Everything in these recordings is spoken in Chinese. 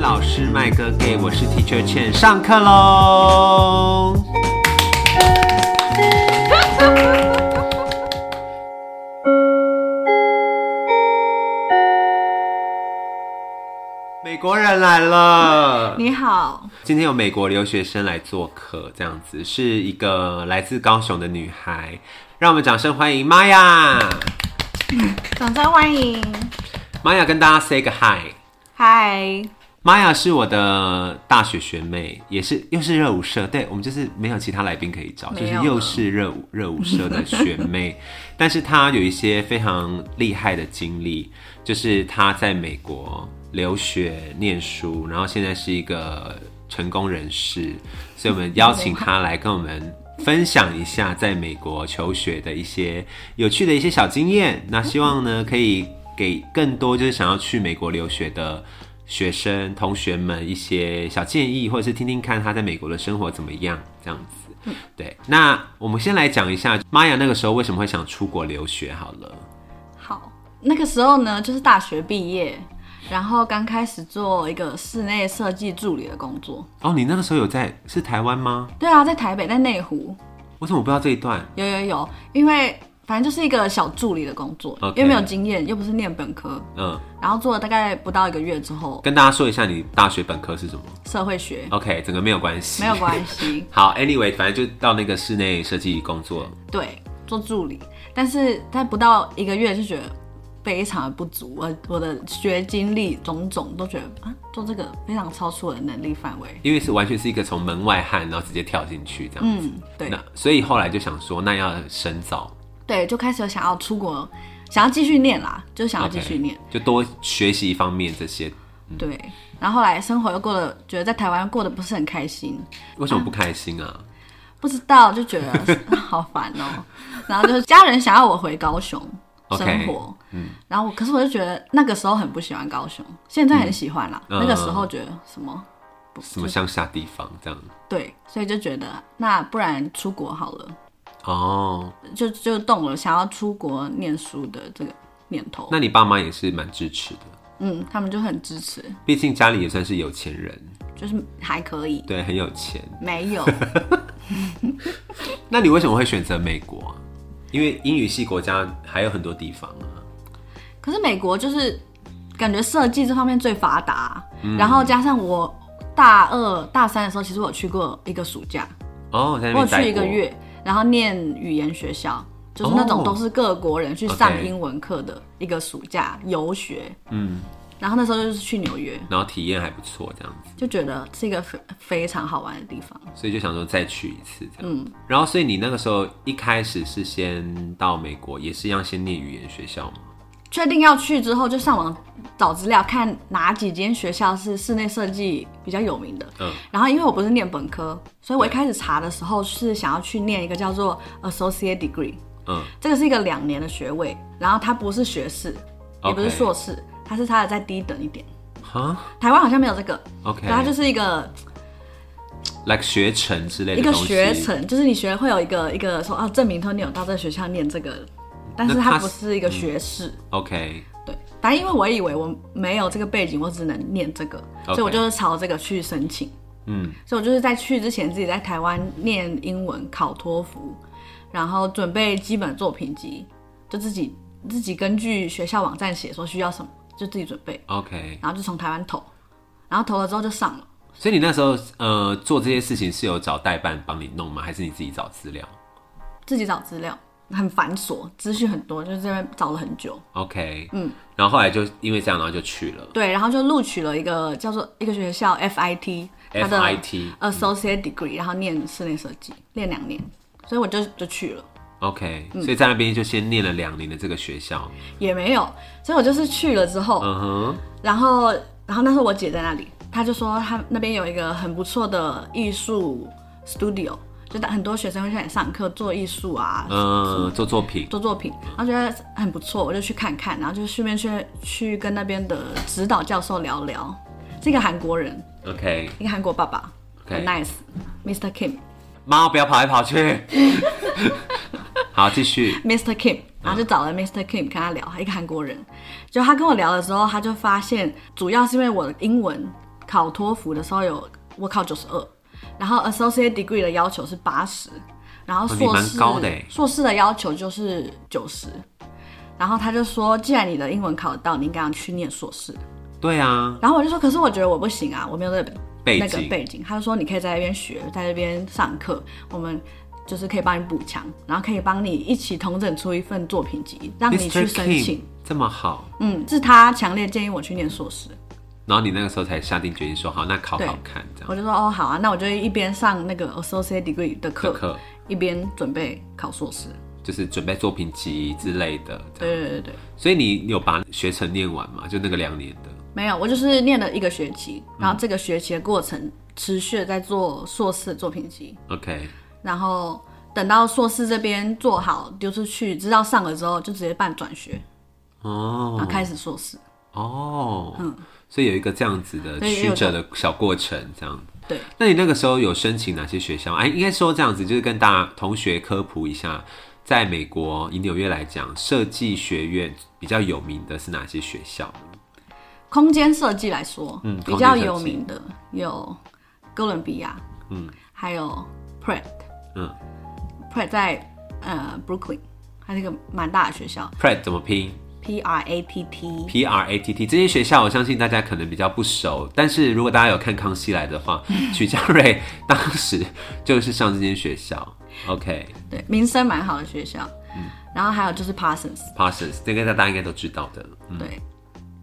老师麦哥给，我是 Teacher Chen，上课喽。美国人来了，你好，今天有美国留学生来做客，这样子是一个来自高雄的女孩，让我们掌声欢迎玛雅。掌声欢迎。玛雅跟大家 say 个 hi。嗨，玛雅是我的大学学妹，也是又是热舞社，对我们就是没有其他来宾可以找，就没是有了又是热舞热舞社的学妹，但是她有一些非常厉害的经历，就是她在美国留学念书，然后现在是一个成功人士，所以我们邀请她来跟我们。分享一下在美国求学的一些有趣的一些小经验，那希望呢可以给更多就是想要去美国留学的学生同学们一些小建议，或者是听听看他在美国的生活怎么样，这样子。对，那我们先来讲一下玛雅那个时候为什么会想出国留学好了。好。那个时候呢，就是大学毕业，然后刚开始做一个室内设计助理的工作。哦，你那个时候有在是台湾吗？对啊，在台北，在内湖，我怎么不知道这一段？有有有，因为反正就是一个小助理的工作 OK 因为没有经验，又不是念本科，嗯，然后做了大概不到一个月之后，跟大家说一下你大学本科是什么社会学？OK，整个没有关系，，没有关系 好，Anyway，反正就到那个室内设计工作。对，做助理，但是在不到一个月就觉得非常的不足，我我的学经历种种都觉得啊，做这个非常超出我的能力范围。因为是完全是一个从门外汉，然后直接跳进去这样子。嗯，对那所以后来就想说，那要深造，对，就开始有想要出国，想要继续念啦，就想要继续 OK，嗯念。就多学习一方面这些。对，然后后来生活又过得，觉得在台湾过得不是很开心，为什么不开心啊？嗯不知道就觉得 好烦哦、然后就是家人想要我回高雄 OK，嗯生活然后我可是我就觉得那个时候很不喜欢高雄，现在很喜欢啦。嗯那个时候觉得什么什么乡下地方这样？对，所以就觉得那不然出国好了，哦，就就动了想要出国念书的这个念头。那你爸妈也是蛮支持的，嗯，他们就很支持，毕竟家里也算是有钱人，就是还可以，对，很有钱。没有。 那你为什么会选择美国啊？因为英语系国家还有很多地方啊。可是美国就是感觉设计这方面最发达，嗯然后加上我大二大三的时候，其实我有去过一个暑假，哦，在那我边有待去一过个，月，然后念语言学校，就是那哦种都是各国人去上 OK 英文课的一个暑假游学。嗯，然后那时候就是去纽约，然后体验还不错，这样子，就觉得是一个非非常好玩的地方。所以就想说再去一次这样。嗯，然后所以你那个时候一开始是先到美国，也是一样先念语言学校吗？确定要去之后，就上网找资料，看哪几间学校是室内设计比较有名的。嗯然后因为我不是念本科，所以我一开始查的时候是想要去念一个叫做 associate degree，嗯，这个是一个两年的学位，然后它不是学士，也不是 OK 硕士，它是它的再低等一点。哈台湾好像没有这个， ，OK，然后它就是一个 like 学程之类一的个东西，学程，就是你学会有一个一个说啊，证明说你有到这个学校念这个，但是那它它不是一个学士。 OK，对，反正因为我以为我没有这个背景，我只能念这个 OK 所以我就是朝这个去申请。嗯，所以我就是在去之前自己在台湾念英文，考托福，然后准备基本作品集，就自己自己根据学校网站写说需要什么，就自己准备， OK，然后就从台湾投，然后投了之后就上了。所以你那时候呃做这些事情是有找代办帮你弄吗？还是你自己找资料自己找资料，很繁琐，资讯很多，就是这边找了很久。 ？OK，嗯，然后后来就因为这样，然后就去了对，然后就录取了一个叫做一个学校 FIT，它的 FIT。 associate degree，然后念室内设计，念两年，所以我就就去了， OK，、所嗯以在那边就先念了两年的这个学校。也没有，所以我就是去了之后，嗯哼，然后然后那时候我姐在那里，她就说她那边有一个很不错的艺术 studio，就很多学生会在那里上课做艺术啊，嗯，做作品。做作品，然后觉得很不错，我就去看看，然后就顺便去去跟那边的指导教授聊聊，是一个韩国人， OK，一个韩国爸爸 OK 很 nice，Mr. Kim，Mr. 猫不要跑来跑 去。好，继续。嗯 Kim，然后就找了 Mr. Kim 跟他聊，一个韩国人，就他跟我聊的时候，他就发现主要是因为我的英文考托福的时候有我考九十二，然后 associate degree 的要求是八十，然后哦你硕蛮士、高的欸硕士的要求就是九十。然后他就说，既然你的英文考得到，你应该要去念硕士。对啊，然后我就说，可是我觉得我不行啊，我没有那个背那个景背景。他就说，你可以在那边学，在那边上课，我们就是可以帮你补强，然后可以帮你一起统整出一份作品集，让你去 Mr. 申 King 请。这么好，嗯，是他强烈建议我去念硕士。然后你那个时候才下定决心说好，那考对考看这样我就说哦好啊，那我就一边上那个 associate degree 的的课，课，一边准备考硕士。就是准备作品集之类的这样。对对对对，所以你有把学程念完吗？就那个两年的。没有，我就是念了一个学期，然后这个学期的过程持续地在做硕士的作品集， OK，然后等到硕士这边做好，就是去知道上了之后，就直接办转学，然哦后开始硕士。哦，所以有一个这样子的对曲折的小过程，这样。对，那你那个时候有申请哪些学校？哎，应该说这样子，就是跟大家同学科普一下，在美国以纽约来讲，设计学院比较有名的是哪些学校？空间设计来说，嗯比空较间设计有名的有哥伦比亚，嗯，还有 Pratt。嗯 Pratt 在呃 Brooklyn，它是一个蛮大的学校，Pratt 怎么拼？ ，P R A T T。 P R A T T 这些学校，我相信大家可能比较不熟，但是如果大家有看《康熙来的话，许家瑞当时就是上这间学校。OK，Parsons、对，名声蛮好的学校。嗯然后还有就是 Parsons，、这个大家应该都知道的。嗯，对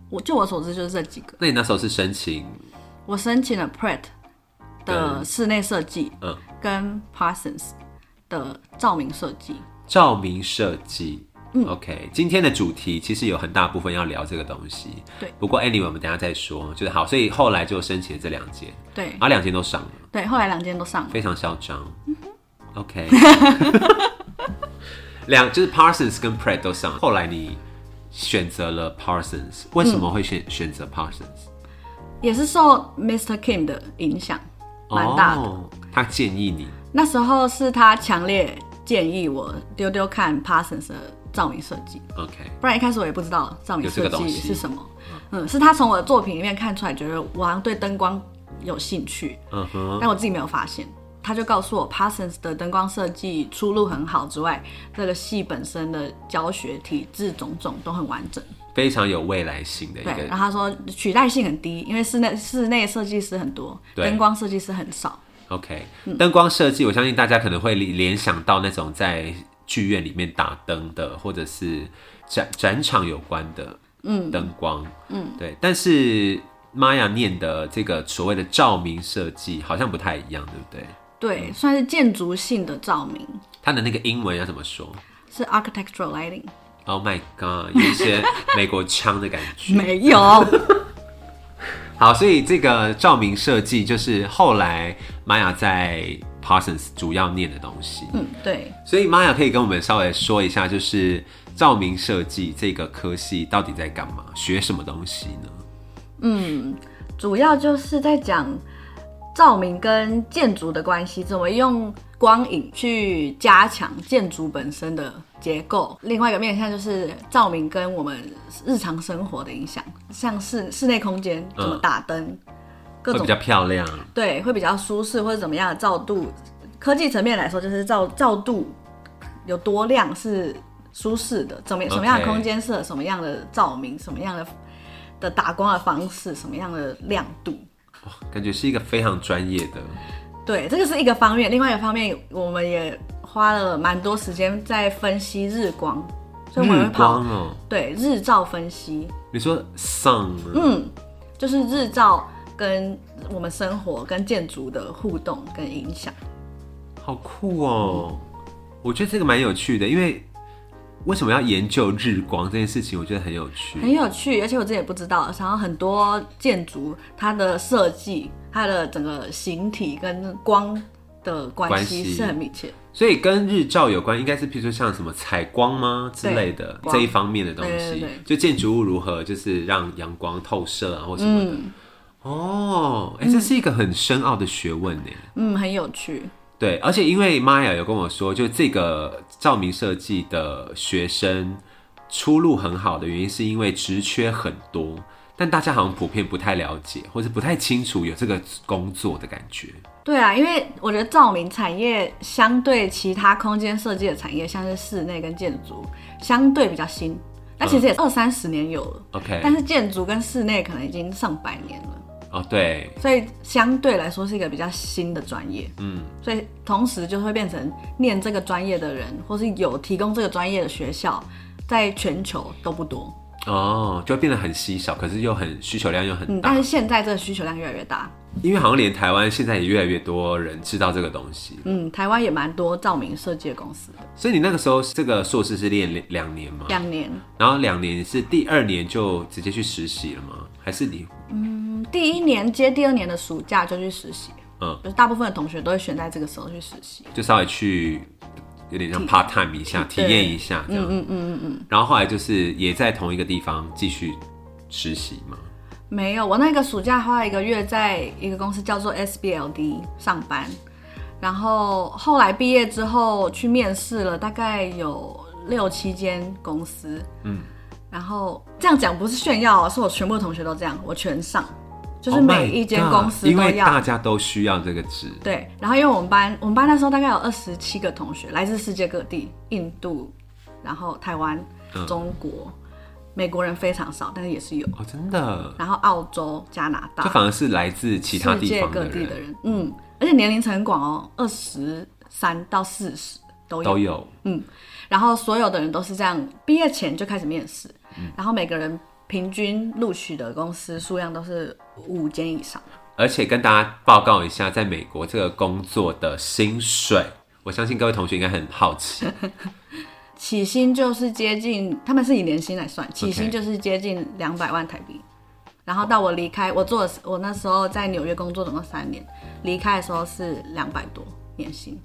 我就我所知就是这几个。那你那时候是申请，我申请了 Pratt 的室内设计，嗯，跟 Parsons 的照明设计。照明设计。OK，今嗯天的主题其实有很大部分要聊这个东西。对，不过 anyway 我们等一下再说，就是好，所以后来就申请了这两间，对嗯啊，两间都上了，对，后来两间都上了。非常嚣张。OK，两就是 Parsons 跟 Pratt 都上，后来你选择了 Parsons，为什么会嗯选、选择 Parsons？也是受 Mr. Kim 的影响蛮大的。哦，他建议你那时候是他强烈建议我丢丢看 Parsons 的照明设计， OK，不然一开始我也不知道照明有这设个东计西是什么。嗯，是他从我的作品里面看出来，觉得我好像对灯光有兴趣，嗯哼，但我自己没有发现。他就告诉我，Parsons 的灯光设计出路很好之外，这个系本身的教学体制种种都很完整。非常有未来性的一对，个然后他说取代性很低，因为室内室内设计师很多，对灯光设计师很少。 OK，灯光设计，我相信大家可能会联联想到那种在剧院里面打灯的，或者是展展场有关的，嗯，灯光，嗯，对。但是玛雅念的这个所谓的照明设计好像不太一样，对不对？对，嗯算是建筑性的照明，它的那个英文要怎么说是 architectural lighting。 ？Oh my god，有一些美国腔的感 觉。没有， 好，所以这个照明设计就是后来玛雅在 Parsons 主要念的东西。嗯，对，所以玛雅可以跟我们稍微说一下，就是照明设计这个科系到底在干嘛，学什么东西呢？主要就是在讲照明跟建筑的关系，怎么用光影去加强建筑本身的结构。另外一个面向就是照明跟我们日常生活的影响，像室室内空间怎么打灯，各嗯会种比较漂亮，对会比较舒适或者怎么样的照度。科技层面来说，就是照照度有多亮是舒适的，怎么 OK 什么样的空间适合什么样的照明，什么样的的打光的方式，什么样的亮度。感觉是一个非常专业的。对，这个是一个方面，另外一个方面，我们也花了蛮多时间在分析日光，所以我们日会跑光哦、对日照分析，你说 sun，嗯，嗯，就是日照跟我们生活跟建筑的互动跟影响。好酷哦、我觉得这个蛮有趣的，因为为什么要研究日光这件事情，我觉得很有趣。很有趣，而且我自己也不知道。然后很多建筑它的设计、它的整个形体跟光的关关系系是很密切。所以跟日照有关，应该是譬如说像什么采光吗之类的光这一方面的东西，对对对就建筑物如何就是让阳光透射啊或什么的。嗯哦，哎、这是一个很深奥的学问呢。嗯，很有趣。对，而且因为 Maya 有跟我说，就这个照明设计的学生出路很好的原因，是因为职缺很多，但大家好像普遍不太了解，或是不太清楚有这个工作的感觉。对啊，因为我觉得照明产业相对其他空间设计的产业，像是室内跟建筑，相对比较新，那其实也是二三十年有了。 OK，但是建筑跟室内可能已经上百年了，哦，对，所以相对来说是一个比较新的专业。嗯，所以同时就会变成念这个专业的人，或是有提供这个专业的学校，在全球都不多。哦，就会变得很稀少，可是又很需求量又很嗯，大，但是现在这个需求量越来越大。因为好像连台湾现在也越来越多人知道这个东西。嗯，台湾也蛮多照明设计的公司的，所以你那个时候这个硕士是练两两年吗？两年。然后两年是第二年就直接去实习了吗？还是你嗯第一年接第二年的暑假就去实习，嗯，就是大部分的同学都会选在这个时候去实习。就稍微去有点像 part time 一下，体对验一下这样？嗯嗯嗯嗯。然后后来就是也在同一个地方继续实习嘛。没有，我那个暑假花一个月在一个公司叫做 SBLD 上班，然后后来毕业之后去面试了，大概有六七间公司，嗯，然后这样讲不是炫耀哦，是我全部同学都这样，我全上，就是 Oh my 每一间 God，公司因都为要。大家都需要这个职。对，然后因为我们班，我们班那时候大概有二十七个同学，来自世界各地，印度，然后台湾、嗯中国，美国人非常少，但是也是有，哦，真的，然后澳洲、加拿这大，反而是来自其他世地界方各的地的人人，嗯，而且年龄层很广哦，二十三到四十都有，都有。然后所有的人都是这样，毕业前就开始面试，嗯然后每个人平均录取的公司数量都是五间以上。而且跟大家报告一下，在美国这个工作的薪水，我相信各位同学应该很好 奇。起薪就是接近，他们是以年薪来算，起薪 OK 就是接近两百万台币。然后到我离开，我做的是我那时候在纽约工作总共三年，离开的时候是两百多年薪。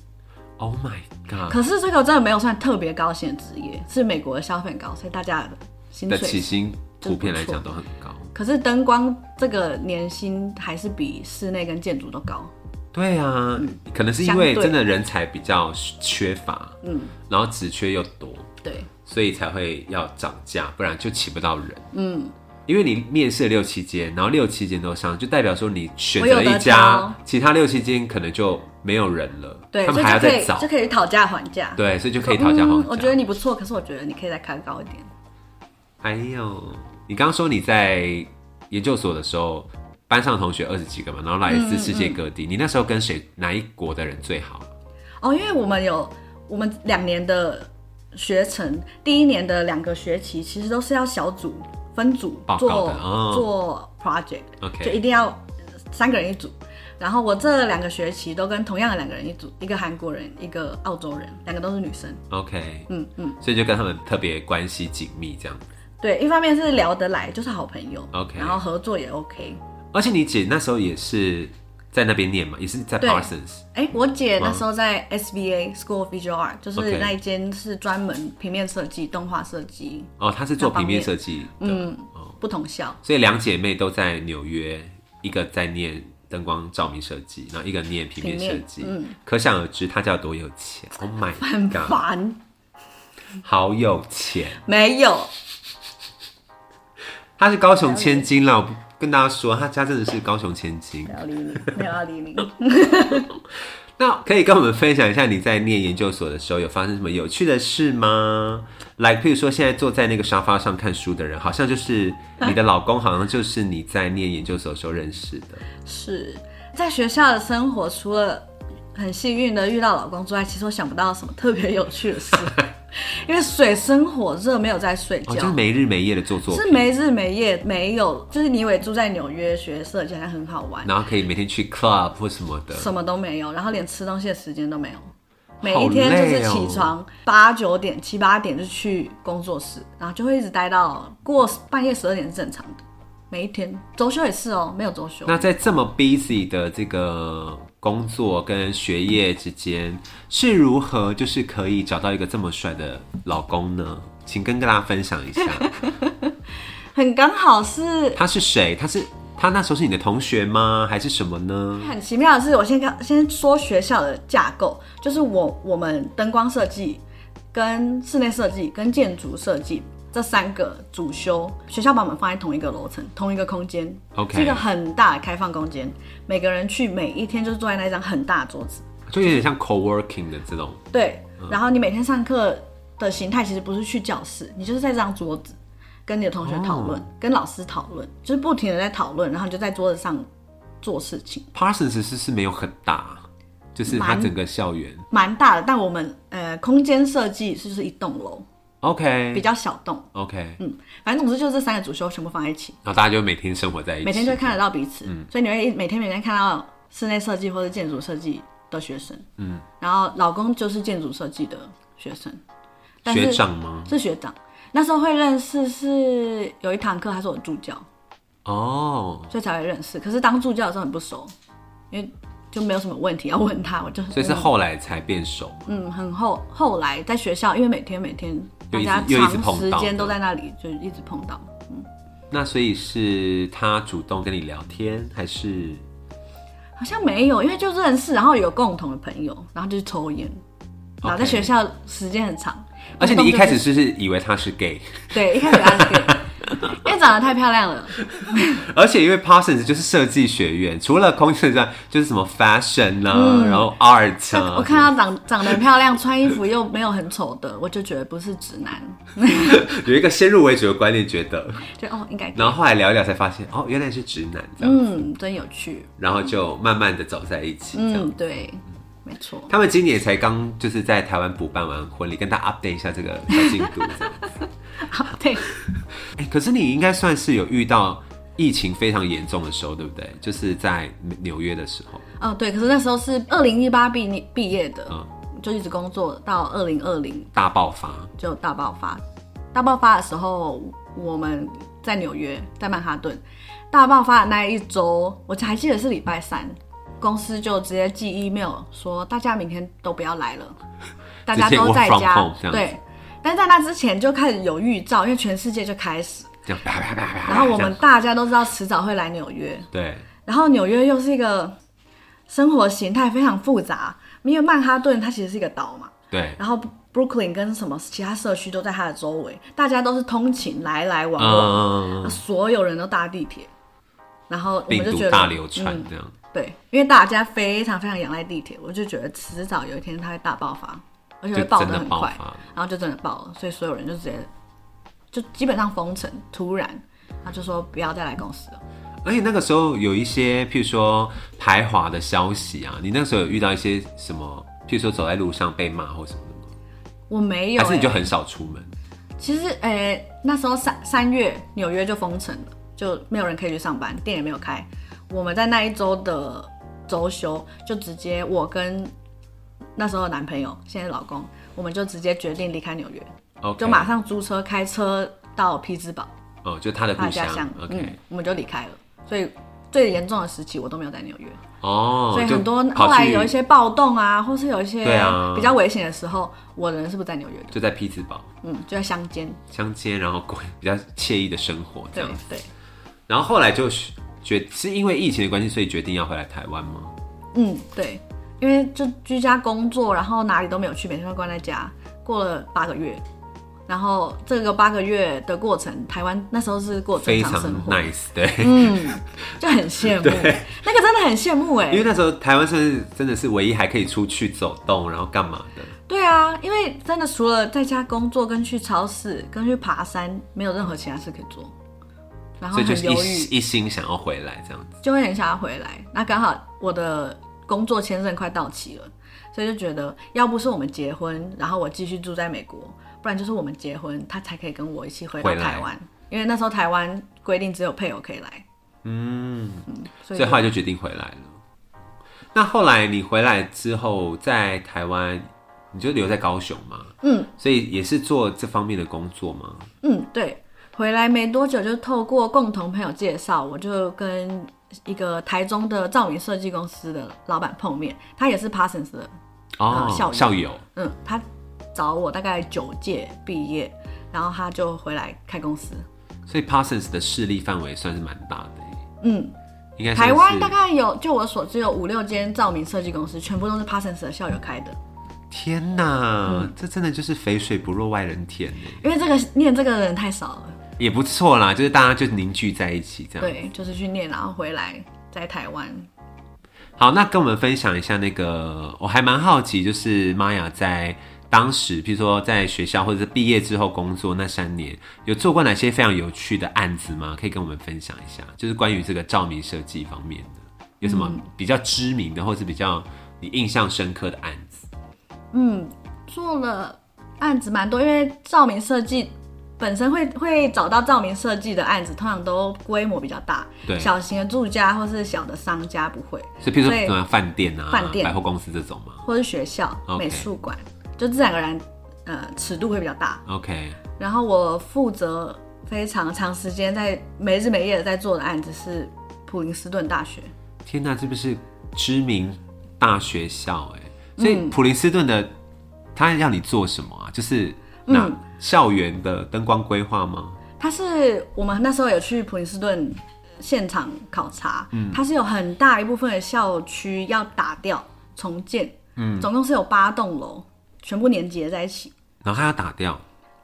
Oh my god！可是这个真的没有算特别高薪的职业，是美国的消费很高，所以大家的薪的起水。薪普遍来讲都很高。可是灯光这个年薪还是比室内跟建筑都高。对啊，嗯可能是因为真的人才比较缺乏，嗯，然后职缺又多，对，所以才会要涨价，不然就请不到人。嗯，因为你面试了六七间，然后六七间都上，就代表说你选择了我有一得挑家，其他六七间可能就没有人了，对，他们所以还要就可再以找就，可以讨价还价。对，所以就可以讨价还价嗯。我觉得你不错，可是我觉得你可以再开高一点。还有，你刚刚说你在研究所的时候，班上同学二十几个嘛，然后来自世界嗯各地，你那时候跟谁哪一国的人最好？哦，因为我们有我们两年的学程，第一年的两个学期其实都是要小组分组报做、告的哦做 project，、 OK 就一定要呃三个人一组。然后我这两个学期都跟同样的两个人一组，一个韩国人，一个澳洲人，两个都是女生。 OK，嗯嗯，所以就跟他们特别关系紧密这样。对，一方面是聊得来，就是好朋友 OK 然后合作也 OK。而且你姐那时候也是在那边念嘛，也是在对 Parsons。哎，我姐那时候在 SVA School of Visual Art，就是 OK 那一间是专门平面设计、动画设计哦，她是做平面设计的，嗯哦，不同校。所以两姐妹都在纽约，一个在念灯光照明设计，然后一个念平面平面嗯设计，可想而知她家有多有钱。Oh my 很 god，烦，好有钱！没有，他是高雄千金啦，我不跟大家说，他家真的是高雄千金不。要理你，没有要理你。那可以跟我们分享一下你在念研究所的时候有发生什么有趣的事吗？like，譬如说现在坐在那个沙发上看书的人，好像就是你的老公，好像就是你在念研究所的时候认识的。是在学校的生活，除了很幸运的遇到老公之外，其实我想不到什么特别有趣 的事，因为水深火热，没有在睡哦，觉。就是没日没夜的做作是品，没日没夜，没有，就是你以为住在纽约学设计好像很好玩，然后可以每天去 club 或什么的。什么都没有，然后连吃东西的时间都没有。每好一天就是累哦起床八九点、七八点就去工作室，然后就会一直待到过半夜十二点是正常的。每一天周休也是哦，没有周休。那在这么 busy 的这个工作跟学业之间，是如何就是可以找到一个这么帅的老公呢？请跟大家分享 一下，很刚好是他是谁？他是他那时候是你的同学吗？还是什么呢？很奇妙的是，我先刚先说学校的架构，就是我我们灯光设计、跟室内设计、跟建筑设计这这三个主修，学校把我们放在同一个楼层、同一个空间 OK 是一个很大的开放空间，每个人去每一天就是坐在那张很大的桌子，就有点像 co-working 的这种。对，然后你每天上课的形态其实不是去教室，你就是在这张桌子跟你的同学讨论，跟老师讨论，就是不停的在讨论，然后你就在桌子上做事情， Parsons 是是没有很大，就是它蛮整个校园。蛮大的。但我们呃空间设计是就是一栋楼，比 OK 较小栋， OK，嗯，反正总之就是这三个主修全部放在一起，然后大家就每天生活在一起，每天就会看得到彼此，嗯所以你会每天每天看到室内设计或者建筑设计的学生，嗯，然后老公就是建筑设计的学生，但是学长吗？是学长。那时候会认识是有一堂课，他是我助教，哦，所以才会认识。可是当助教的时候很不熟，因为就没有什么问题要问他，我就所以是后来才变熟嘛。嗯很后后来在学校，因为每天每天又大一直家又一直长碰时到间的都在那里，就一直碰到。那所以是他主动跟你聊天，还是好像没有，因为就认识，然后有共同的朋友，然后就是抽烟，然后 OK 在学校时间很长。而且你一开始动是不是以为他是 gay， 不动就是对一开始还是 gay，因为长得太漂亮了，嗯而且因为 Parsons 就是设计学院，除了空间之外，就是什么 fashion 啊，然后 art 啊，嗯我看他长长得很漂亮，穿衣服又没有很丑的，我就觉得不是直男，有一个先入为主的观念，觉得，就哦应该然后后来聊一聊才发现，哦，原来是直男这样，嗯真有趣，然后就慢慢的走在一起这样。嗯对，没错，他们今年才刚就是在台湾补办完婚礼，跟大家 update 一下这个小进度。 这样好对，哎、可是你应该算是有遇到疫情非常严重的时候，对不对？就是在纽约的时候，哦对，可是那时候是二零一八毕业毕业的，嗯就一直工作到二零二零大爆发。就大爆发。大爆发的时候，我们在纽约，在曼哈顿。大爆发的那一周，我还记得是礼拜三，公司就直接寄 email 说大家明天都不要 来了，大家都在 work from 家 home 这。样子对，但在那之前就开始有预兆，因为全世界就开始，这样啪啪啪啪啪，然后我这们样大家都知道迟早会来纽约，对然后纽约又是一个生活形态非常复杂，因为曼哈顿它其实是一个岛嘛，对，然后 Brooklyn 跟什么其他社区都在它的周围，大家都是通勤来来往往，嗯，所有人都搭地铁，然后我病们就觉毒得大流传嗯这样。对，因为大家非常非常仰赖地铁，我就觉得迟早有一天它会大爆发，而且会爆得就真的很快爆发，然后就真的爆了，所以所有人就直接就基本上封城，突然他就说不要再来公司了。而且那个时候有一些，譬如说排华的消息啊，你那时候有遇到一些什么？譬如说走在路上被骂或什么的吗？我没有、还是你就欸，很少出门？其实诶、那时候三三月纽约就封城了，就没有人可以去上班，店也没有开。我们在那一周的周休，就直接我跟那时候的男朋友，现在老公，我们就直接决定离开纽约 OK，就马上租车开车到匹兹堡，哦，就他的他故的家乡 OK，、嗯，我们就离开了。所以最严重的时期我都没有在纽约，哦，所以就很多跑后来去有一些暴动啊，或是有一些对啊比较危险的时候，我人是不是在纽约的？就在匹兹堡嗯，就在乡间，乡间，然后过比较惬意的生活这对样。对。然后后来就决是因为疫情的关系，所以决定要回来台湾吗？嗯，对，因为就居家工作，然后哪里都没有去，每天都关在家，过了八个月。然后这个八个月的过程，台湾那时候是过正非常常生活，嗯 nice，对，就很羡 慕，那个真的很羡慕哎、因为那时候台湾算是真的是唯一还可以出去走动，然后干嘛的。对啊，因为真的除了在家工作，跟去超市，跟去爬山，没有任何其他事可以做，然后所以就很是犹一豫，心一心想要回来这样子。就会很想要回来。那刚好我的工作签证快到期了，所以就觉得要不是我们结婚，然后我继续住在美国，不然就是我们结婚，他才可以跟我一起回到回来台湾。因为那时候台湾规定只有配偶可以来，嗯，所以所以后来就决定回来了。那后来你回来之后，在台湾你就留在高雄嘛？嗯，所以也是做这方面的工作嘛。嗯，对，回来没多久就透过共同朋友介绍，我就跟一个台中的照明设计公司的老板碰面，他也是 Parsons 的哦啊，校友校友，嗯，他找我大概九届毕业，然后他就回来开公司。所以 Parsons 的势力范围算是蛮大的耶，嗯，应该算台是湾大概有，就我所知有五六间照明设计公司，全部都是 Parsons 的校友开的。天哪，嗯这真的就是肥水不落外人田呢，因为这个念这个人太少了，也不错啦，就是大家就凝聚在一起这样。对，就是去念，然后回来在台湾。好，那跟我们分享一下那个，我还蛮好奇，就是玛雅在当时，譬如说在学校或者是毕业之后工作那三年，有做过哪些非常有趣的案子吗？可以跟我们分享一下，就是关于这个照明设计方面的，有什么嗯比较知名的，或是比较你印象深刻的案子？做了案子蛮多，因为照明设计本身会会找到照明设计的案子，通常都规模比较大，对小型的住家或是小的商家不会，是譬如说对呃饭店啊、饭店百货公司这种吗或是学校、 OK 美术馆，就自然而然，呃，尺度会比较大。 ？OK，然后我负责非常长时间在没日没夜的在做的案子是普林斯顿大学，天哪，这不是知名大学校哎、所嗯以普林斯顿的、他要你做什么啊？就是那、嗯校园的灯光规划吗？它是我们那时候有去普林斯顿现场考察，它是有很大一部分的校区要打掉重建，嗯，总共是有八栋楼，全部连接在一起。然后他要打掉，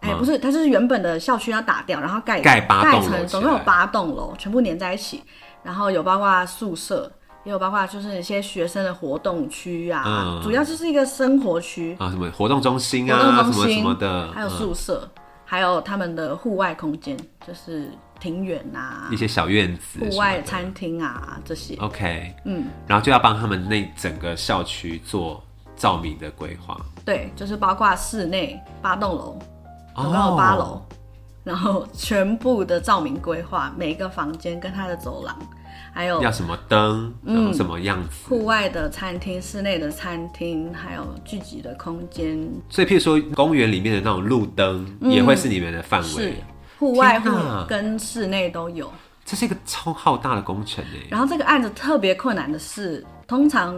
哎、不是，它就是原本的校区要打掉，然后盖嗯盖八栋楼起来成总共有八栋楼，全部连在一起，然后有包括宿舍，也有包括就是一些学生的活动区啊，嗯主要就是一个生活区，啊，什么活动中心活动啊，中什么心什么的，还有嗯宿舍，还有他们的户外空间，就是庭园啊一，些小院子什么的，户外餐厅啊这些。 OK，嗯，然后就要帮他们那整个校区做照明的规划。对，就是包括室内八栋楼，总共有八楼，哦然后全部的照明规划，每一个房间跟它的走廊，还有要什么灯，嗯然后什么样子，户外的餐厅、室内的餐厅，还有聚集的空间，所以譬如说公园里面的那种路灯、也会是你们的范嗯是围。户外户天哪跟室内都有。这是一个超浩大的工程诶，然后这个案子特别困难的是，通常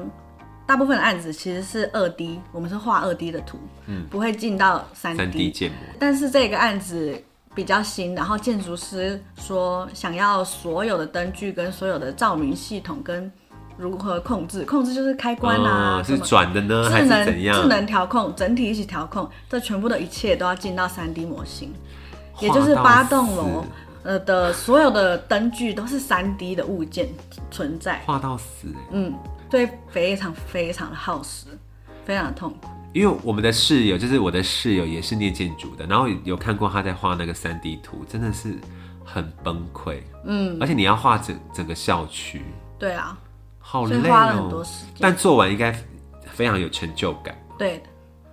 大部分的案子其实是二 D，我们是画二 D 的图，嗯，不会进到三三 D 建模。但是这个案子比较新，然后建筑师说想要所有的灯具跟所有的照明系统跟如何控制，控制就是开关啊，嗯什是么转的呢，还智是能怎样？智能调控，整体一起调控，这全部的一切都要进到3 D 模型，也就是画到八栋楼死。呃的所有的灯具都是3 D 的物件存在，画到死诶。嗯，所以非常非常的耗时，非常的痛苦。因为我们的室友，就是我的室友也是念建筑的，然后有看过他在画那个三 D 图，真的是很崩溃。嗯，而且你要画整整个校区，对啊，好所累以哦、花了很多时间但做完应该非常有成就感。对的。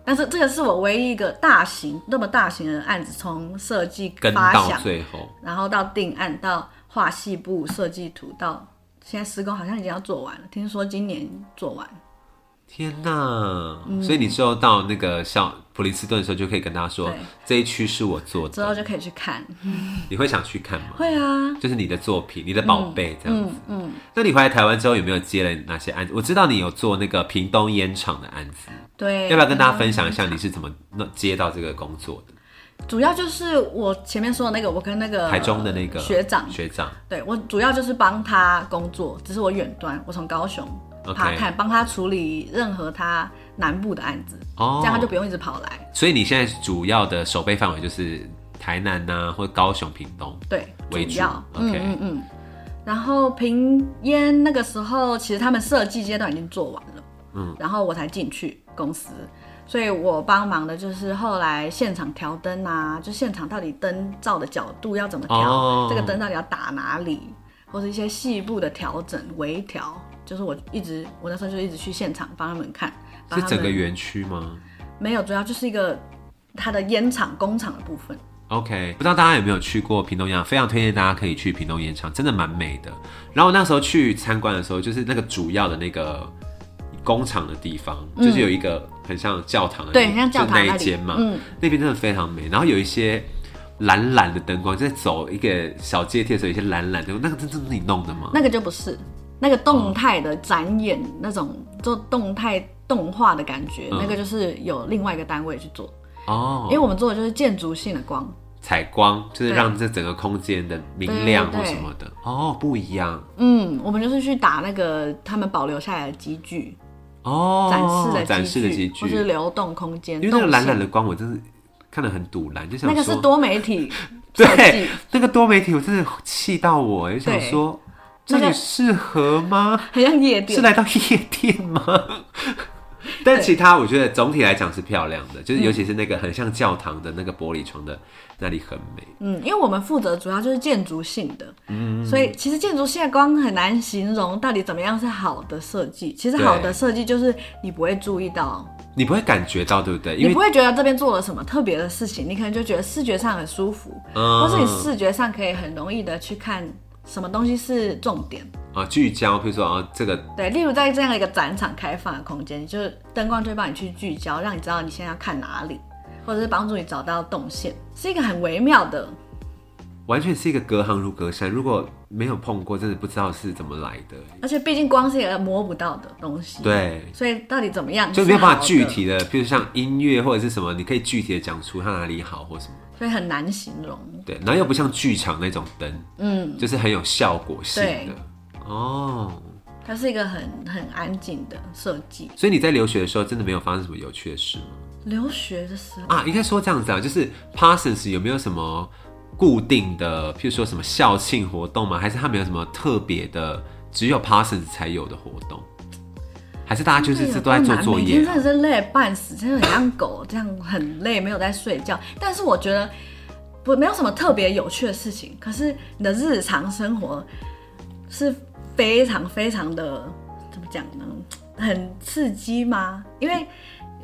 但是这个是我唯一一个大型那么大型的案子，从设计跟发到想，最后，然后到定案，到画细部设计图，到现在施工好像已经要做完了，听说今年做完。天哪！嗯所以你之后到那个校普林斯顿的时候，就可以跟他说对这一区是我做之的，后就可以去看。你会想去看吗？会啊，就是你的作品，你的宝贝这样子。嗯，那你回来台湾之后有没有接了哪些案子？我知道你有做那个屏东烟厂的案子，对。要不要跟大家分享一下你是怎么弄接到这个工作的？嗯主要就是我前面说的那个，我跟那个台中的那个学长，学长对我主要就是帮他工作，只是我远端，我从高雄 OK 爬看，帮他处理任何他南部的案子，哦这样他就不用一直跑来。所以你现在主要的守备范围就是台南呐、或者高雄、屏东对，为主。主要，嗯 OK，、嗯嗯。然后平烟那个时候，其实他们设计阶段已经做完了，嗯，然后我才进去公司，所以我帮忙的就是后来现场调灯啊，就现场到底灯照的角度要怎么调，哦这个灯到底要打哪里，或是一些细部的调整、微调，就是我一直我那时候就一直去现场帮他们看，帮是他整个们园区吗没有，主要就是一个它的烟厂工厂的部分。 ？OK，不知道大家有没有去过屏东烟厂，非常推荐大家可以去屏东烟厂，真的蛮美的。然后那时候去参观的时候，就是那个主要的那个工厂的地方，就是有一个很像教堂的那，嗯对很像教堂哎就那那一里嗯间嘛，那边真的非常美。然后有一些蓝蓝的灯光，在走一个小阶梯的时候，有一些蓝蓝的，那个真真的是你弄的吗？那个就不是那个哦动态的展演、那种做动态动画的感觉，嗯那个就是有另外一个单位去做，哦因，为我们做的就是建筑性的光，采光，就是对让这整个空间的明亮对或对对什么的。哦，不一样。嗯，我们就是去打那个他们保留下来的机具，哦，展示的展示的机机具，或具，是流动空因间，为那个动蓝蓝线的光，我真的看得很堵蓝，就想那说个是多 媒体设对计，那个多媒体，我真的气到我，就想对说，那这个里适合 吗？很像夜店是。来到夜店吗？ 但其他我觉得总体来讲是漂亮的，嗯就是尤其是那个很像教堂的那个玻璃窗的那里很美。嗯，因为我们负责主要就是建筑性的，嗯，所以其实建筑性的光很难形容到底怎么样是好的设计。其实对好的设计就是你不会注意到，你不会感觉到对不对？因你不为会觉得这边做了什么特别的事情，你可能就觉得视觉上很舒服，嗯或是你视觉上可以很容易的去看什么东西是重点。啊聚焦，比如说啊这个对，例如在这样一个展场开放的空间，就是灯光就会帮你去聚焦，让你知道你现在要看哪里，或者是帮助你找到动线，是一个很微妙的。完全是一个隔行如隔山，如果没有碰过，真的不知道是怎么来的。而且毕竟光是一个摸不到的东西，，对，所以到底怎么 样就没有办是好法的具，体的，比如像音乐或者是什么，你可以具体的讲出它哪里好或什么。所以很难形容。对，然后又不像剧场那种灯，嗯，就是很有效果性对的。哦，它是一个很很安静的设计。所以你在留学的时候，真的没有发生什么有趣的事吗？留学的时候，啊，应该说这样子啊，就是 Parsons 有没有什么固定的，譬如说什么校庆活动吗？还是他没有什么特别的，只有 Parsons 才有的活动？还是大家就是这都在做作每天业啊、真的是累得半死，真的很像狗这样很累，没有在睡觉。但是我觉得不没有什么特别有趣的事情，可是你的日常生活是非常非常的怎么讲呢？很刺激吗？因为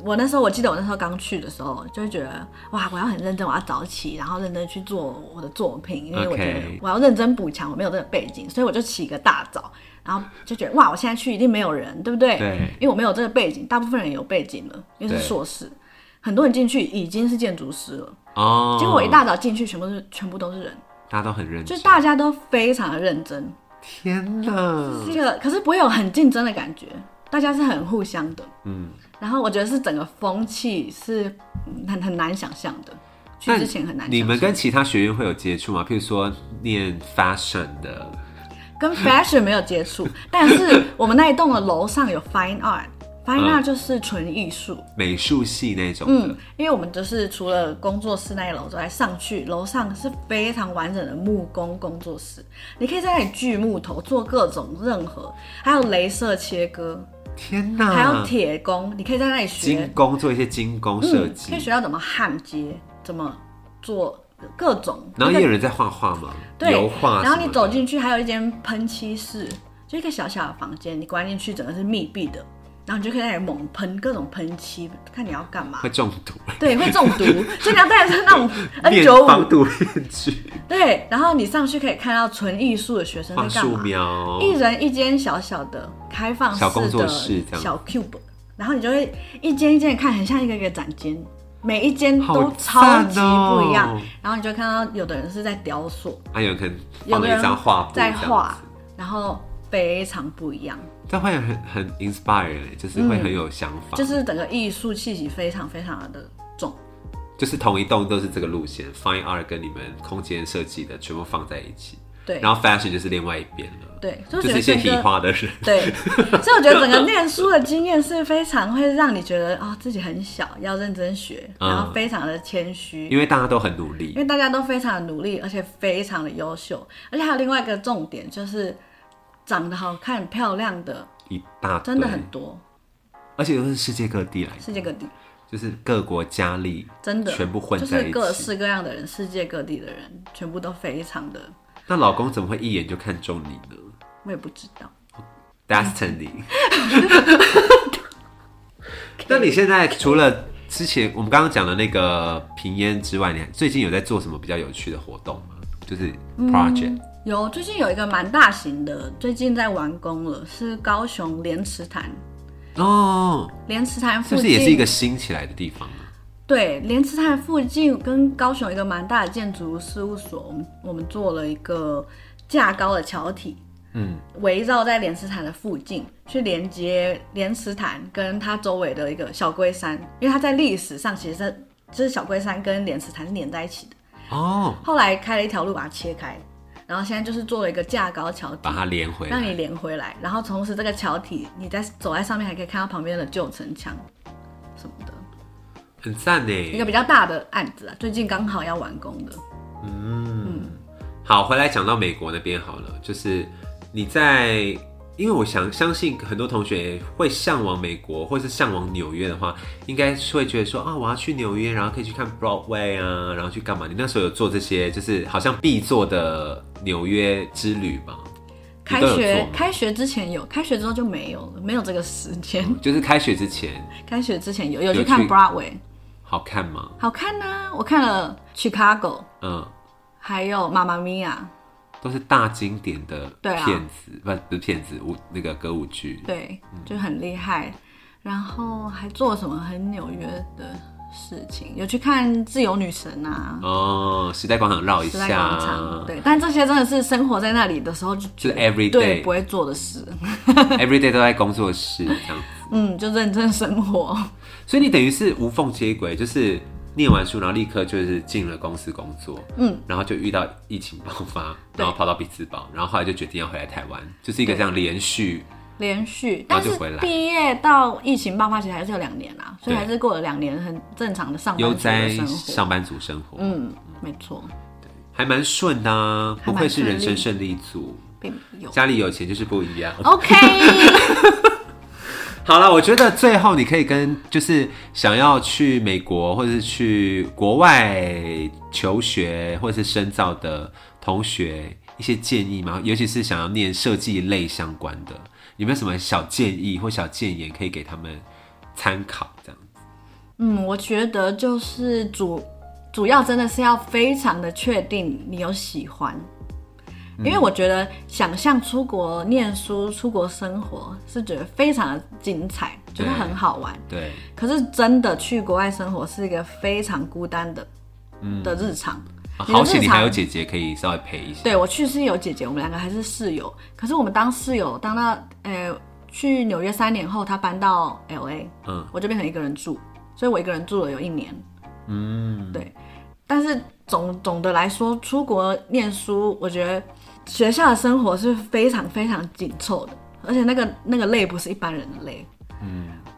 我那时候我记得我那时候刚去的时候，就会觉得哇，我要很认真，我要早起，然后认真去做我的作品，因为我觉得 OK 我要认真补强，我没有这个背景，所以我就起个大早，然后就觉得哇，我现在去一定没有人，对不对？对因为我没有这个背景，大部分人有背景了，因为是对硕士，很多人进去已经是建筑师了，哦，结果我一大早进去，全部都是全部都是人，大家都很认就真是，大家都非常的认真，天哪！这个可是不会有很竞争的感觉，大家是很互相的，嗯，然后我觉得是整个风气是嗯很很难想象的，去那之前很难想象。你们跟其他学院会有接触吗？譬如说念 fashion 的，跟 fashion 没有 接触，但是我们那一栋的楼上有 fine 嗯 art，fine art 就是纯艺术，美术系那种的，嗯， 因为我们就是除了工作室那一楼之外，上去楼上是非常完整的木工工作室，你可以在那里锯木头，做各种任何，还有镭射切割，天哪！还有铁工，你可以在那里嗯学精工做一些精工设嗯，计可以，学到怎么焊接，怎么做各种，然后一个也有人在画画嘛，对油画什么的。然后你走进去，还有一间喷漆室，就一个小小的房间，你关进去整个是密闭的，然后你就可以在那里猛喷各种喷漆，看你要干嘛会。中毒，对，会中 毒，所以你要带的是那种 N 面九防五。毒面 具，对，然后你上去可以看到纯艺术的学生画在干素嘛，描，一人一间小小的开放式小工作的室这样小 cube，然后你就会一间一间地看，很像一个一个展间，每一间都好超赞级不一样。哦然后你就看到有的人是在雕塑，还有可能有放的了人一张画布这在样子画，，然后非常不一样，这会很很 inspire，欸就是会很有想法，嗯就就是整个艺术气息非常非常的重。是同一栋都是这个路线，fine art 跟你们空间设计的全部放在一起，对然后 fashion 就是另外一边了，对，所以就是我觉得一些整提个花的人，对，所以我觉得整个念书的经验是非常会让你觉得啊、自己很小，要认真学，嗯然后非常的谦 虚，因为大家都很努因力，为大家都非常的努力，而且非常的优秀，而且还有另外一个重点就是长得好看、漂亮的一大堆，真的很，多，而且都是世界各地来的，世界各地就是各国佳丽，真的全部混就是在一各起。式各样的人，世界各地的人全部都非常的，那老公怎么会一眼就看中你呢我也不知道。 ？Destiny。那你现在除了之前我们刚刚讲的那个平烟之外，你最近有在做什么比较有趣的活动吗？就是嗯 project，、有最近有一个蛮大型的，最近在完工了，是高雄莲池潭，哦，莲池潭是附不是近也是一个新起来的地方啊？对，莲池潭附近跟高雄一个蛮大的建筑事务所，我们我们做了一个架高的桥体，嗯，围绕在莲池潭的附近，去连接莲池潭跟它周围的一个小龟山，因为它在历史上其实是就是小龟山跟莲池潭是连在一起的，哦，后来开了一条路把它切开，然后现在就是做了一个架高桥体把，它连回让你来。连回来，然后同时这个桥体你在走在上面还可以看到旁边的旧城墙什么的，很赞一个呢。比较大的案子啊，最近刚好要完工的。好，回来讲到美国那边好了，就是你在。因为我想相信很多同学会向往美国，或是向往纽约的话，应该是会觉得说啊，我要去纽约，然后可以去看 Broadway 啊，然后去干嘛？你那时候有做这些，就是好像必做的纽约之旅吗？你开都有做学吗开学之前有，开学之后就没有了，没有这个时间。就是开学之前 开学之前有有嗯有去看去 Broadway，好看吗？好看呢、我看了 Chicago，嗯，还有妈妈咪呀，都是大经典的对啊骗子，不、不是骗子舞那个歌舞剧。对，嗯就很厉害。然后还做了什么很纽约的事情？有去看自由女神啊，哦，时代广场绕一时代广下场。，对，但这些真的是生活在那里的时候就就觉是得 every 对不 day，every 会做的事。 day 都在工作室这样子，嗯，就认真生活。所以你等于是无缝接轨，就是念完书，然后立刻就是进了公司工作，嗯，然后就遇到疫情爆发，对然后跑到匹兹堡，然后后来就决定要回来台湾，就是一个对这样连续。连续，然但后就是回来毕业到疫情爆发，其实还是有两年啦，所以对还是过了两年很正常的上班悠族的哉生活。上班族生活，嗯，没错，还蛮顺的、啊，不还蛮愧是顺人生利胜利组。并没 有。家里有钱就是不一 样。 OK，好了，我觉得最后你可以跟就是想要去美国或者是去国外求学或者是深造的同学一些建议吗？尤其是想要念设计类相关的，有没有什么小建议或小建言可以给他们参考？这样嗯，我觉得就是主主要真的是要非常的确定你有喜欢，因为我觉得想象出国念书、出国生活是觉得非常的精彩，觉得对很好玩。对，可是真的去国外生活是一个非常孤单的、嗯的日常。啊你的好险日你还常有姐姐可以稍微陪一下。对我去是有姐姐，我们两个还是室友。可是我们当室友，当到呃去纽约三年后，她搬到 L A，嗯我就变成一个人住，所以我一个人住了有一年。嗯，对，但是总总的来说，出国念书，我觉得学校的生活是非常非常紧凑的，而且那个那个累不是一般人的累，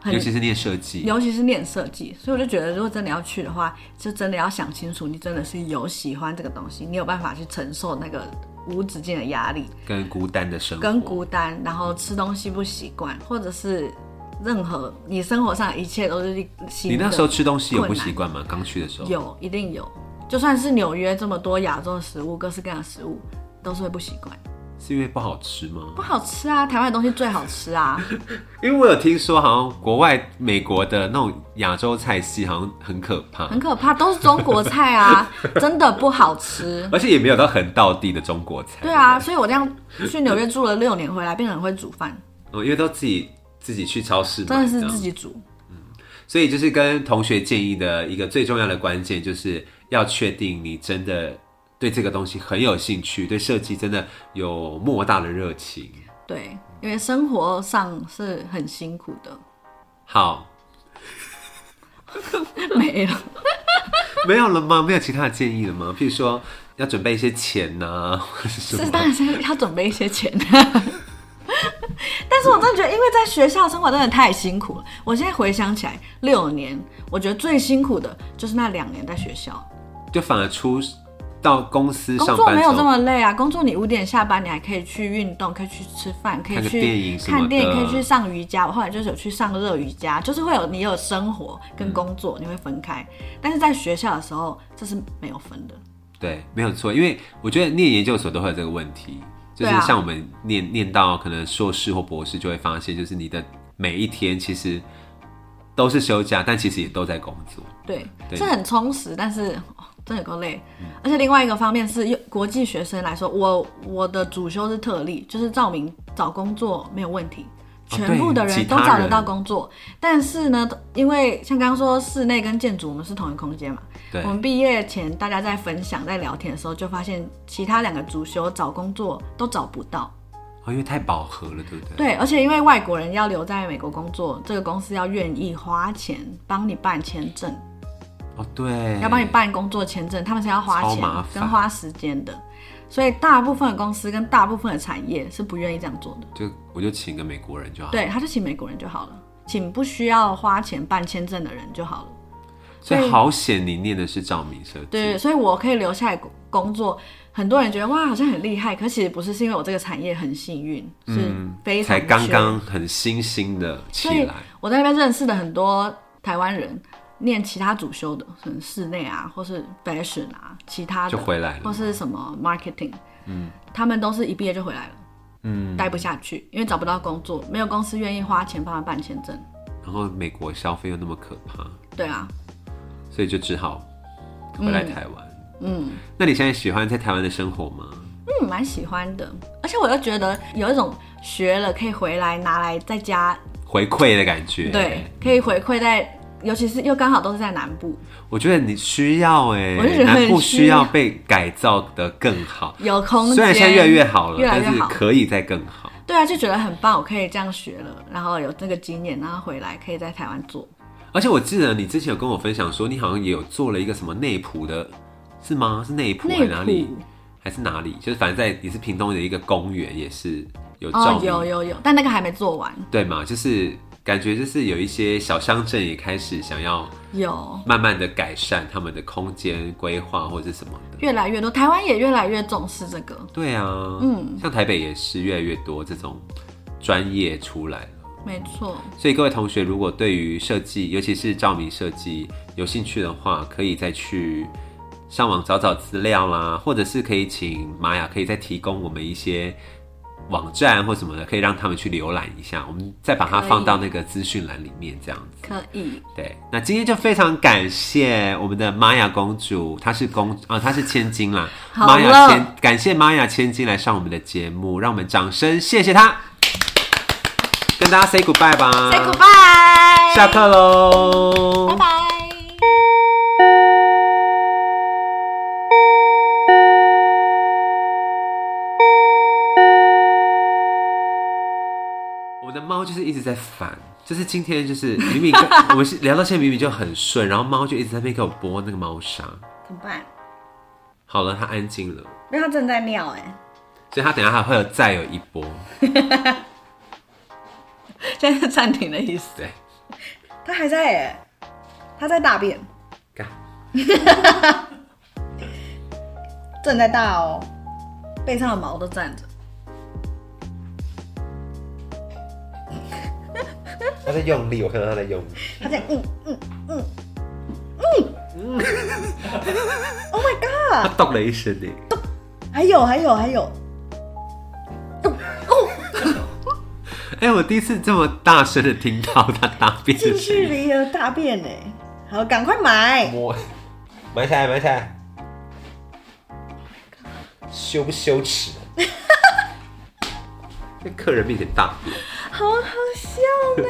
很尤其是念设计，尤其是念设计，所以我就觉得，如果真的要去的话，就真的要想清楚，你真的是有喜欢这个东西，你有办法去承受那个无止境的压力跟孤单的生活，跟孤单，然后吃东西不习惯，或者是任何你生活上的一切都是新你的。那时候吃东西有不困难习惯吗？刚去的时候有一定有，就算是纽约这么多亚洲的食物，各式各样的食物，都是会不习惯，是因为不好吃吗不？好吃啊！台湾的东西最好吃啊，因为我有听说，好像国外美国的那种亚洲菜系好像很可怕，很可怕，都是中国菜 啊，真的不好吃。而且也没有到很道地的中国菜。对啊，所以我这样去纽约住了六年，回来变得很会煮 饭，嗯，因为都自己自己去超市买，真的是这样自己煮。所以就是跟同学建议的一个最重要的关键，就是要确定你真的对这个东西很有兴趣，对设计真的有莫大的热情。对，因为生活上是很辛苦的， 好，没了。没有了吗？没有其他的建议了吗？譬如说要准备一些钱呐、或者是什是么？当然是要准备一些钱。 但是我真的觉得，因为在学校生活真的太辛苦了。我现在回想起来，六年，我觉得最辛苦的就是那两年在学校，就反而出到公司工上作班没之有这后，么累啊。工作你五点下班，你还可以去运动，可以去吃饭，可以看个去电影什么的看电影，可以去上瑜伽。我后来就是有去上热瑜伽，就是会有你有生活跟嗯工作，你会分开。但是在学校的时候，这是没有分的。对，没有错，因为我觉得念研究所都会有这个问题，就对是啊像我们念念到可能硕士或博士，就会发现，就是你的每一天其实都是休假，但其实也都在工作。对，对是很充实，但是、哦真的有够累。而且另外一个方面是，用国际学生来说，我我的主修是特例，就是照明找工作没有问题，哦全部的对人其都他找得人到工作。但是呢，因为像刚刚说室内跟建筑我们是同一空间嘛，对我，们毕业前大家在分享在聊天的时候，就发现其他两个主修找工作都找不到。哦，因为太饱和了，对不对？对，而且因为外国人要留在美国工作，这个公司要愿意花钱帮你办签证。哦，对，嗯要帮你办工作签证，他们是要花超钱麻烦跟花时间的，所以大部分的公司跟大部分的产业是不愿意这样做的。就我就请个美国人就好。，对，他就请美国人就好了，请不需要花钱办签证的人就好了。所以对好险你念的是照明设计。对，所以我可以留下来工工作。很多人觉得哇，好像很厉害，可其实不是，是因为我这个产业很幸运，是非嗯常才刚缺刚很新兴的起所以来，我在那边认识的很多台湾人，念其他主修的，可能室内啊，或是 fashion 啊，其他就的，回来了或是什么 marketing，嗯，他们都是一毕业就回来了，嗯，待不下去，因为找不到工作，没有公司愿意花钱帮他办签证。然后美国消费又那么可怕，对啊，所以就只好回来台湾。嗯，那你现在喜欢在台湾的生活吗？嗯，蛮喜欢的，而且我又觉得有一种学了可以回来拿来在家，回馈的感觉，对，，可以回馈在，尤其是又刚好都是在南部，我觉得你需要哎、我就觉欸，得很南部需需要要被改造的更好。有空间，虽然现在越来越好了，越来越但是好可以再更好。对啊，就觉得很棒，我可以这样学了，然后有这个经验，然后回来可以在台湾做。而且我记得你之前有跟我分享说，你好像也有做了一个什么内埔的，是吗？是内埔还是哪里？还是哪里？就是反正在也是屏东的一个公园，也是有照哦，明、有有有，但那个还没做完。对嘛？就是感觉就是有一些小乡镇也开始想要有慢慢的改善他们的空间规划或者是什么的。越来越多，台湾也越来越重视这个，对啊，嗯，像台北也是越来越多这种专业出来了。没错。所以各位同学，如果对于设计，尤其是照明设计有兴趣的话，可以再去上网找找资料啦，或者是可以请玛雅可以再提供我们一些网站或什么的，可以让他们去浏览一下，我们再把它可以放到那个资讯栏里面，这样子。可以，对，那今天就非常感谢我们的玛雅公主，她是公啊、她是千金啦，好玛雅了千，感谢玛雅千金来上我们的节目，让我们掌声谢谢她，跟大家 say goodbye 吧 say goodbye，啊下，课喽，拜拜。我的猫就是一直在烦，就是今天 就是明明跟我们是聊到现在明明就很顺，然后猫就一直在那边给我拨那个猫砂，怎么办？好了，它安静了，因为他正在尿哎、所以它等一下还会有再有一波，现在是暂停的意思。对，他还在哎、他在大便，干。正在大哦，背上的毛都站着。他在用力，我看到他在用力。他在嗯嗯嗯 嗯，Oh my god！他咚了一声呢，还有还有还有， 哎、我第一次这么大声的听到他大便近的声距音。离的大便呢、好，赶快买！摸，埋起来，埋起来，羞不羞耻？在客人面前大便。好好笑呢、